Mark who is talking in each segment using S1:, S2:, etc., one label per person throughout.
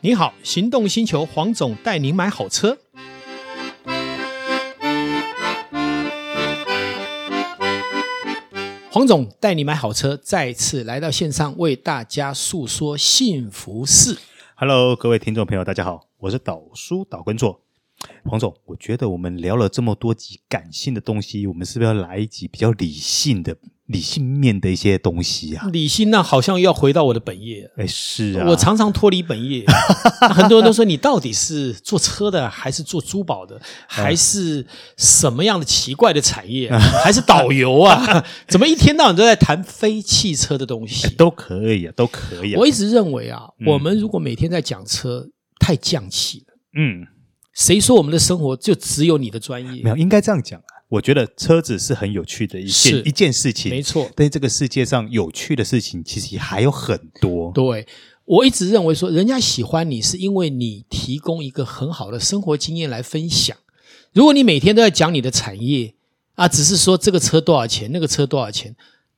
S1: 你好，行动星球黄总带您买好车。黄总带你买好车，再次来到线上为大家诉说幸福事。
S2: Hello，各位听众朋友，大家好，我是导叔导根座。黄总，我觉得我们聊了这么多集感性的东西，我们是不是要来一集比较理性的、理性面的一些东西啊？
S1: 李欣那好像要回到我的本业，
S2: 哎，是啊，
S1: 嗯我常常脱离本 业。很多人都说你到底是做车的，还是做珠宝
S2: 嗯
S1: 的，还是什么样的奇怪的产 业，还是导游啊？怎么一天到晚都在谈非汽车的东西？
S2: 都可以啊，都可以啊
S1: 我。一直认为
S2: 嗯
S1: 啊，我们如果每天在讲车，太降气了。
S2: 嗯，
S1: 谁说我们的生活就只有你的专业
S2: 没？有，应该这样讲啊。我觉得车子是很有趣的一
S1: 是
S2: 件一件事情，
S1: 没错，
S2: 但是这个世界上有趣的事情其实还有很多。
S1: 对，我一直认为说，人家喜欢你是因为你提供一个很好的生活经验来分享。如果你每天都在讲你的产业啊，只是说这个车多少钱，那个车多少钱，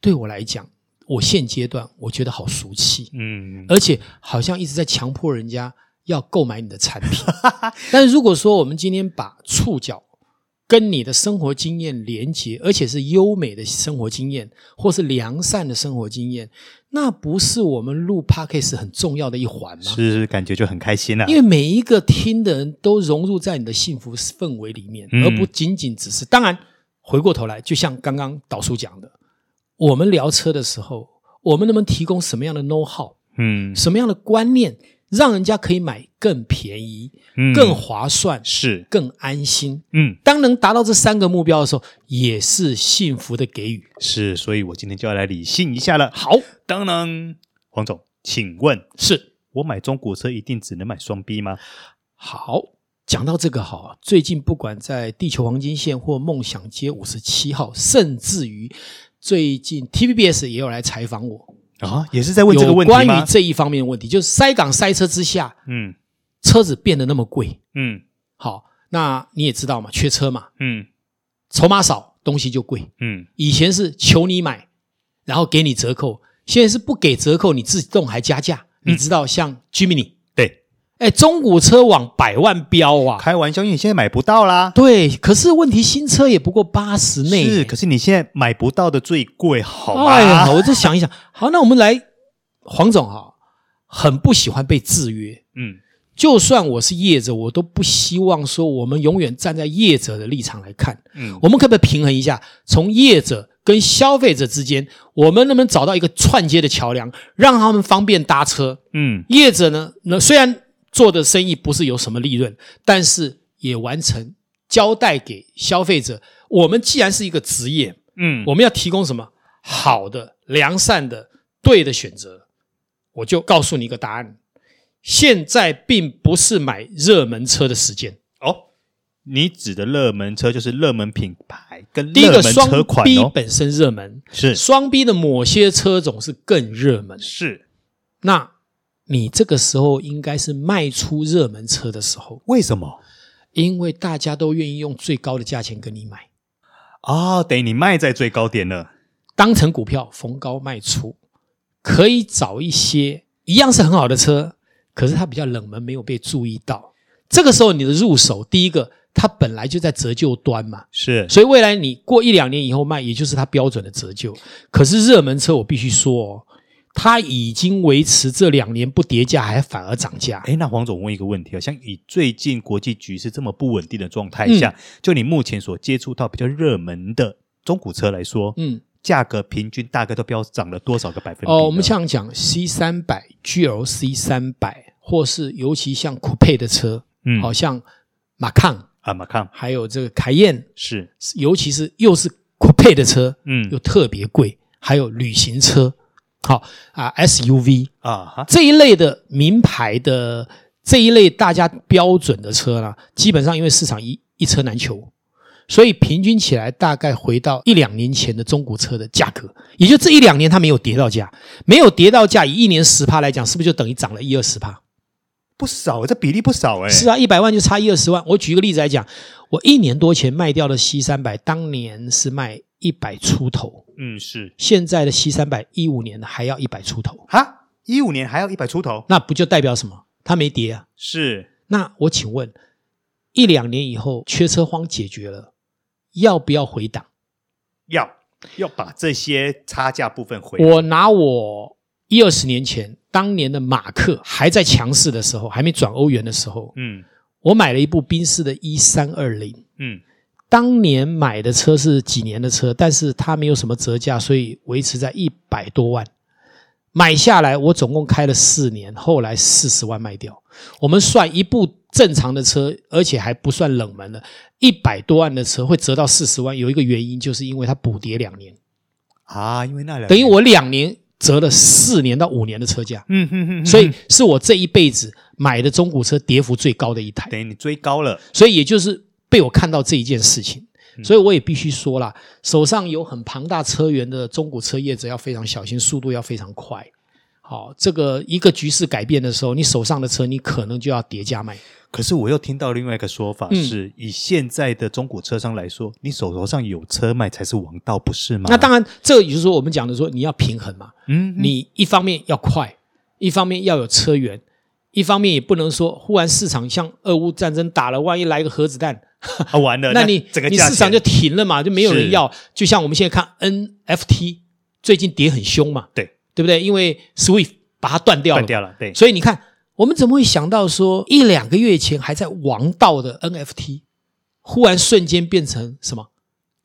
S1: 对我来讲，我现阶段我觉得好俗气，
S2: 嗯，
S1: 而且好像一直在强迫人家要购买你的产 品。但是如果说我们今天把触角跟你的生活经验连接，而且是优美的生活经验，或是良善的生活经验，那不是我们录 podcast 很重要的一环吗？
S2: 是是感觉就很开心了、啊
S1: 因。为每一个听的人都融入在你的幸福氛围里面，
S2: 嗯
S1: 而不仅仅只是。当然，回过头来，就像刚刚导叔讲的，我们聊车的时候，我们能不能提供什么样的 know how？
S2: 嗯
S1: 什么样的观念让人家可以买更便宜、
S2: 嗯，
S1: 更划算、
S2: 是
S1: 更安心。
S2: 嗯
S1: 当能达到这三个目标的时候，也是幸福的给予。
S2: 是，所以我今天就要来理性一下了。
S1: 好，
S2: 当当，黄总，请问
S1: 是
S2: 我买中国车一定只能买双 B 吗？
S1: 好。讲到这个哈，最近不管在地球黄金线或梦想街五十七号，甚至于最近 TVBS 也有来采访我，
S2: 啊，也是在问这个
S1: 有
S2: 问
S1: 关
S2: 题
S1: 于
S2: 吗？
S1: 这一方面的问题，就是塞港塞车之下，
S2: 嗯
S1: 车子变得那么贵。
S2: 嗯
S1: 好，那你也知道嘛，缺车嘛，
S2: 嗯
S1: 筹码少，东西就贵。
S2: 嗯，
S1: 以前是求你买，然后给你折扣，现在是不给折扣，你自动还加价。
S2: 嗯
S1: 你知道像 Jimny，
S2: 对，
S1: 哎，中古车往百万飙啊！
S2: 开玩笑，因为你现在买不到啦。
S1: 对，可是问题新车也不过八十内，
S2: 是，可是你现在买不到的最贵，好吗？
S1: 哎呀，我就想一想，好，那我们来黄总哈，很不喜欢被制约。
S2: 嗯，
S1: 就算我是业者，我都不希望说我们永远站在业者的立场来看。
S2: 嗯
S1: 我们可不可以平衡一下，从业者跟消费者之间，我们能不能找到一个串接的桥梁，让他们方便搭车？
S2: 嗯
S1: 业者呢，那虽然做的生意不是有什么利润，但是也完成交代给消费者。我们既然是一个职业，
S2: 嗯，
S1: 我们要提供什么好的、良善的、对的选择？我就告诉你一个答案：现在并不是买热门车的时间。
S2: 哦，你指的热门车就是热门品牌跟
S1: 第一
S2: 热
S1: 个
S2: 门
S1: 双
S2: 车款
S1: B
S2: 哦，嗯
S1: 本身热门，
S2: 是
S1: 双 B 的某些车种是更热门。
S2: 是，
S1: 那你这个时候应该是卖出热门车的时候，
S2: 为什么？
S1: 因为大家都愿意用最高的价钱跟你买，
S2: 哦，等于你卖在最高点了。
S1: 当成股票逢高卖出，可以找一些一样是很好的车，可是它比较冷门，没有被注意到。这个时候你的入手，第一个它本来就在折旧端嘛，
S2: 是，
S1: 所以未来你过一两年以后卖，也就是它标准的折旧。可是热门车，我必须说、哦，它已经维持这两年不跌价，还反而涨价。
S2: 哎，那黄总问一个问题啊，像以最近国际局势这么不稳定的状
S1: 嗯
S2: 态下，就你目前所接触到比较热门的中古车来说，
S1: 嗯，
S2: 价格平均大概都飙涨了多少个百分比呢？
S1: 哦，我们像讲 C 三百、GLC 三百，或是尤其像酷配的车，
S2: 嗯
S1: 好像马抗，
S2: 啊，马康
S1: 还有这个凯宴，
S2: 是，
S1: 尤其是又是酷配的车，又
S2: 嗯
S1: 特别贵，还有旅行车，好啊 SUV，
S2: 啊哈，
S1: 这一类的名牌的这一类大家标准的车啦，基本上因为市场一一车难求，所以平均起来大概回到一两年前的中古车的价格，也就这一两年它没有跌到价，没有跌到价，以一年十趴来讲，是不是就等于涨了一二十趴？
S2: 不少，这比例不少哎、
S1: 是啊，一百万就差一二十万。我举一个例子来讲，我一年多前卖掉的 C 三百，当年是卖一百出头，
S2: 嗯是，
S1: 现在的 C 三百一五年还要一百出头，
S2: 哈，一五年还要一百出头，
S1: 那不就代表什么？它没跌啊。
S2: 是
S1: 那我请问，一两年以后缺车荒解决了，要不要回档？
S2: 要要把这些差价部分回来。
S1: 我拿我一二十年前当年的马克还在强势的时候，还没转欧元的时候，
S2: 嗯
S1: 我买了一部宾士的一三二零。
S2: 嗯
S1: 当年买的车是几年的车，但是它没有什么折价，所以维持在一百多万。买下来，我总共开了四年，后来四十万卖掉。我们算一部正常的车，而且还不算冷门的，一百多万的车会折到四十万，有一个原因就是因为它补跌两年，
S2: 啊，因为那两
S1: 等于我两年折了四年到五年的车价，
S2: 嗯哼哼，
S1: 所以是我这一辈子买的中古车跌幅最高的一台。
S2: 等于你追高了。
S1: 所以也就是被我看到这一件事情，所以我也必须说啦，手上有很庞大车源的中古车业者要非常小心，速度要非常快。好，这个一个局势改变的时候，你手上的车你可能就要叠加卖。
S2: 可是我又听到另外一个说法
S1: 嗯
S2: 是，以现在的中古车商来说，你手头上有车卖才是王道，不是吗？
S1: 那当然，这也就是说我们讲的说你要平衡嘛，
S2: 嗯，嗯
S1: 你一方面要快，一方面要有车源，一方面也不能说忽然市场像俄乌战争打了，万一来个核子弹，
S2: 啊完了，
S1: 那你
S2: 整个
S1: 你
S2: 价
S1: 市场就
S2: 钱
S1: 停了嘛，就没有人
S2: 是
S1: 要。就像我们现在看 NFT 最近跌很凶嘛，
S2: 对
S1: 对不对？因为 SWIFT 把它断掉了，
S2: 断掉了，对，
S1: 所以你看，我们怎么会想到说一两个月前还在王道的 NFT，忽然瞬间变成什么？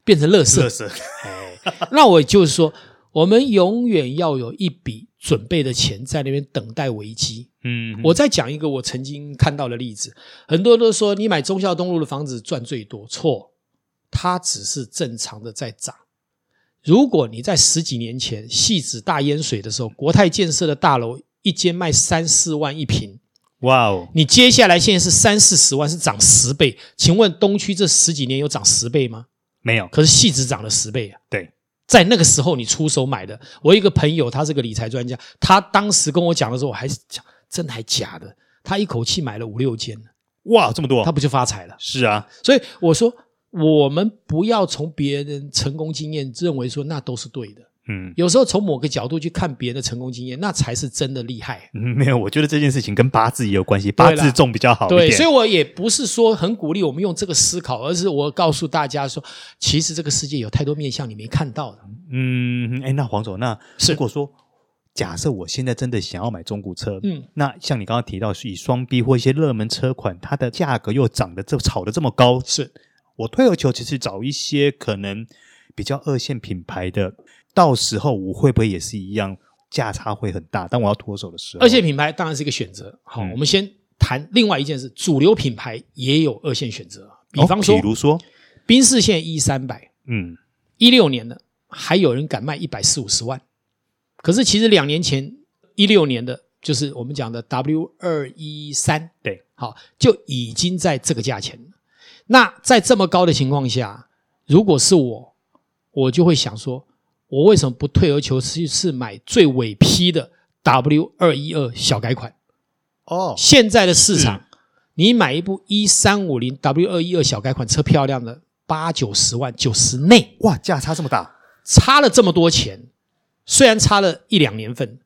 S1: 变成垃
S2: 色
S1: 圾？
S2: 色，哎
S1: 那我就是说，我们永远要有一笔准备的钱在那边等待危机。
S2: 嗯，
S1: 我再讲一个我曾经看到的例子，很多都说你买忠孝东路的房子赚最多，错，它只是正常的在涨。如果你在十几年前戏子大淹水的时候，国泰建设的大楼一间卖三四万一平，
S2: 哇哦，
S1: 你接下来现在是三四十万，是涨十倍。请问东区这十几年有涨十倍吗？
S2: 没有，
S1: 可是戏子涨了十倍啊！
S2: 对，
S1: 在那个时候你出手买的。我一个朋友，他是个理财专家，他当时跟我讲的时候，我还是讲真的还假的，他一口气买了五六间，
S2: 哇，这么多
S1: 他，不就发财了？
S2: 是啊，
S1: 所以我说，我们不要从别人成功经验认为说那都是对的，
S2: 嗯。
S1: 有时候从某个角度去看别人的成功经验，那才是真的厉害。
S2: 嗯没有，我觉得这件事情跟八字也有关系，八
S1: 对啦
S2: 字重比较好哦一
S1: 对，
S2: 点。
S1: 所以我也不是说很鼓励我们用这个思考，而是我告诉大家说，其实这个世界有太多面向你没看到的。
S2: 嗯，哎，那黄总，那
S1: 是
S2: 如果说假设我现在真的想要买中古车，
S1: 嗯，
S2: 那像你刚刚提到是以双 B 或一些热门车款，它的价格又涨得这炒得这么高，
S1: 是，
S2: 我退而求其次找一些可能比较二线品牌的，到时候我会不会也是一样价差会很大？当我要脱手的时候，
S1: 二线品牌当然是一个选择。好，
S2: 嗯
S1: 我们先谈另外一件事，主流品牌也有二线选择，比方说
S2: 哦、比如说，
S1: 宾士现在一三百，
S2: 嗯，
S1: 一六年的还有人敢卖一百四五十万，可是其实两年前一六年的，就是我们讲的 W 二一三，
S2: 对，
S1: 好就已经在这个价钱了。那在这么高的情况下，如果是我，我就会想说，我为什么不退而求其次买最尾批的 W 二一二小改款？
S2: 哦，
S1: 现在的市场，你买一部一三五零 W 二一二小改款车漂亮的八九十万九十内，
S2: 哇，价差这么大，
S1: 差了这么多钱，虽然差了一两年份，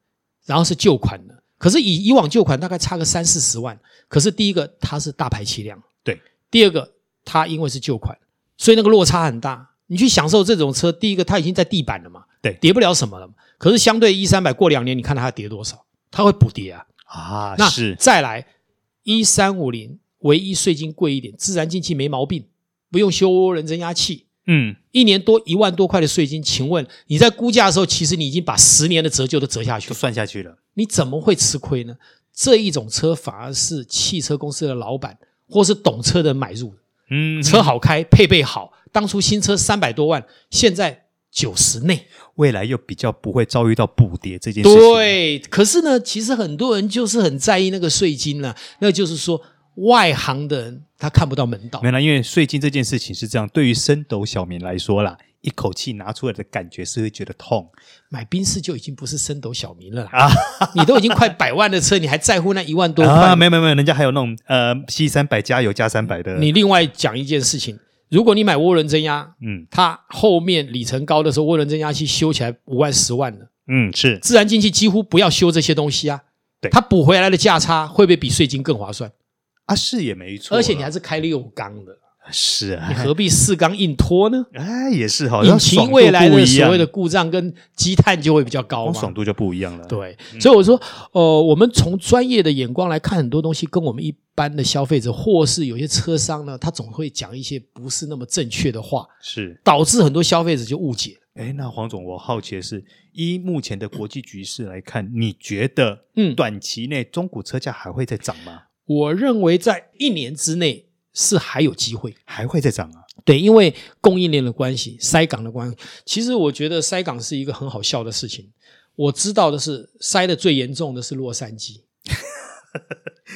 S1: 然后是旧款的，可是以以往旧款大概差个三四十万，可是第一个它是大排气量，
S2: 对，
S1: 第二个它因为是旧款，所以那个落差很大。你去享受这种车，第一个它已经在地板了嘛，
S2: 对
S1: 跌不了什么了嘛。可是相对一三百过两年，你看它跌多少，它会补跌啊。
S2: 啊，
S1: 那
S2: 是
S1: 再来一三五零，唯一税金贵一点，自然进气没毛病，不用修涡轮增压器，
S2: 嗯，
S1: 一年多一万多块的税金，请问你在估价的时候，其实你已经把十年的折旧都折下去
S2: 就
S1: 了，
S2: 算下去了，
S1: 你怎么会吃亏呢？这一种车反而是汽车公司的老板或是懂车的买入，
S2: 嗯，
S1: 车好开，配备好，当初新车三百多万，现在九十内。
S2: 未来又比较不会遭遇到补跌这件事情。，
S1: 对，可是呢，其实很多人就是很在意那个税金了，那就是说外行的人他看不到门道
S2: 没。有啦，因为税金这件事情是这样，对于升斗小民来说啦，一口气拿出来的感觉是会觉得痛
S1: 买宾士就已经不是升斗小民了啦，
S2: 啊
S1: 你都已经快百万的车，你还在乎那一万多块？
S2: 啊！没有没有没有，人家还有那种呃 C 三百加油加三百的，
S1: 你另外讲一件事情，如果你买涡轮增压，
S2: 嗯
S1: 它后面里程高的时候，涡轮增压器修起来五万、十万的，
S2: 嗯是
S1: 自然进气几乎不要修这些东西啊，
S2: 对
S1: 它补回来的价差会不会比税金更划算？
S2: 啊，是也没错啦，
S1: 而且你还是开六缸的，
S2: 是啊
S1: 你，何必四缸硬拖呢？
S2: 哎，也是好像
S1: 引
S2: 爽
S1: 擎
S2: 度
S1: 未来
S2: 不
S1: 的
S2: 一
S1: 所
S2: 样
S1: 谓的故障跟积碳就会比较高
S2: 光
S1: 嘛。
S2: 爽度就嗯不一样了。，
S1: 对，所以我说，呃，我们从专业的眼光来看，很多东西跟我们一般的消费者，或是有些车商呢，他总会讲一些不是那么正确的话，
S2: 是。
S1: 导致很多消费者就误解了。
S2: 哎，那黄总，我好奇的是，依目前的国际局势来看，你觉得，
S1: 嗯
S2: 短期内中古车价还会再涨吗？
S1: 我认为在一年之内是还有机会，
S2: 还会再涨啊？
S1: 对，因为供应链的关系，塞港的关系。其实我觉得塞港是一个很好笑的事情。我知道的是，塞的最严重的是洛杉矶。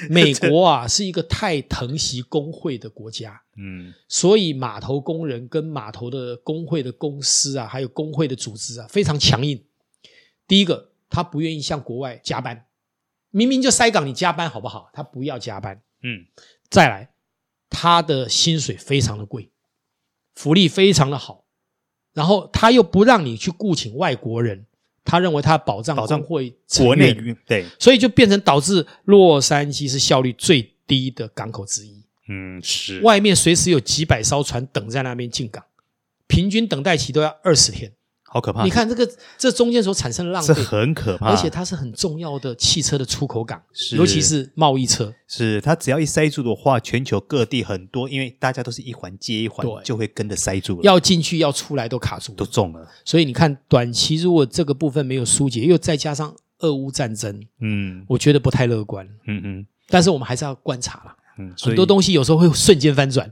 S1: 美国啊，是一个太疼惜工会的国家，
S2: 嗯，
S1: 所以码头工人跟码头的工会的公司啊，还有工会的组织啊，非常强硬。第一个，他不愿意向国外加班，明明就塞港，你加班好不好？他不要加班。
S2: 嗯，
S1: 再来，他的薪水非常的贵，福利非常的好，然后他又不让你去雇请外国人，他认为他保障
S2: 保障
S1: 工会成
S2: 国内
S1: 员
S2: 对，
S1: 所以就变成导致洛杉矶是效率最低的港口之一。
S2: 嗯，是
S1: 外面随时有几百艘船等在那边进港，平均等待期都要二十天。
S2: 好可怕。
S1: 你，看这个这中间所产生的浪
S2: 这
S1: 费，
S2: 很可怕，
S1: 而且它是很重要的汽车的出口港，
S2: 是
S1: 尤其是贸易车。
S2: 是它只要一塞住的话，全球各地很多，因为大家都是一环接一环，
S1: 对
S2: 就会跟着塞住了，
S1: 要进去要出来都卡住了
S2: 都，中了。
S1: 所以你看短期如果这个部分没有疏解，又再加上俄乌战争，
S2: 嗯
S1: 我觉得不太乐观。
S2: 嗯嗯
S1: 但是我们还是要观察啦，
S2: 嗯，所
S1: 很
S2: 以
S1: 多东西有时候会瞬间翻转。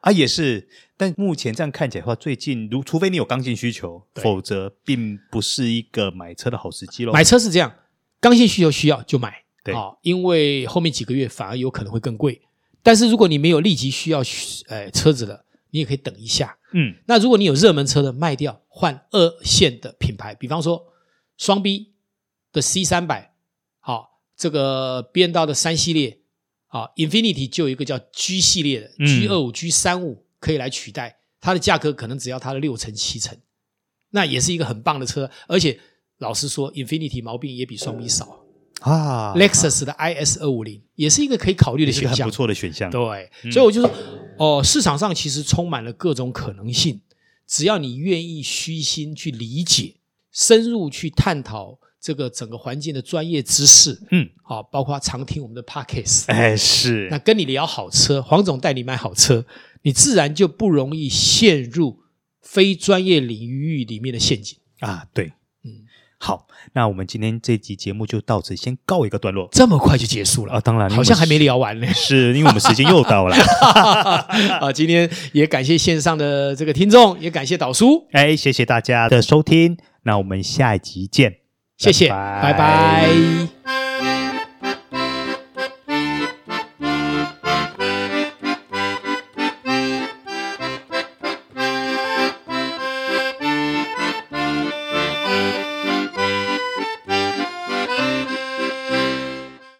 S2: 啊也是，但目前这样看起来的话，最近如除非你有刚性需求，
S1: 对
S2: 否则并不是一个买车的好时机喽。
S1: 买车是这样，刚性需求需要就买，
S2: 对
S1: 啊、因为后面几个月反而有可能会更贵。但是如果你没有立即需要呃车子的，你也可以等一下。
S2: 嗯
S1: 那如果你有热门车的，卖掉换二线的品牌，比方说双 B 的 C 三百，好，这个 B N 道的三系列，啊，Infinity 就有一个叫 G 系列的、
S2: 嗯
S1: G 二五、G 三五可以来取代，它的价格可能只要它的六成七成，那也是一个很棒的车，而且老实说，Infinity 毛病也比双 B 少、
S2: 啊
S1: l e x u s 的 I S 二五零也是一个可以考虑的
S2: 也是个
S1: 选
S2: 很
S1: 项
S2: 不，错的选项。
S1: 对，
S2: 嗯
S1: 所以我就说，哦、市场上其实充满了各种可能性，只要你愿意虚心去理解、深入去探讨这个整个环境的专业知识，
S2: 嗯，
S1: 好、包括常听我们的 podcast，、
S2: 哎是
S1: 那跟你聊好车，黄总带你买好车，你自然就不容易陷入非专业领域里面的陷阱。
S2: 啊对，
S1: 嗯，
S2: 好，那我们今天这集节目就到此先告一个段落
S1: 这么快就结束了
S2: 啊。当然，
S1: 好像还没
S2: 聊，
S1: 聊完呢。
S2: 是因为我们时间又 到了。
S1: 啊，今天也感谢线上的这个听众，也感谢导叔。
S2: 哎，谢谢大家的收听，那我们下一集见，
S1: 谢谢，拜拜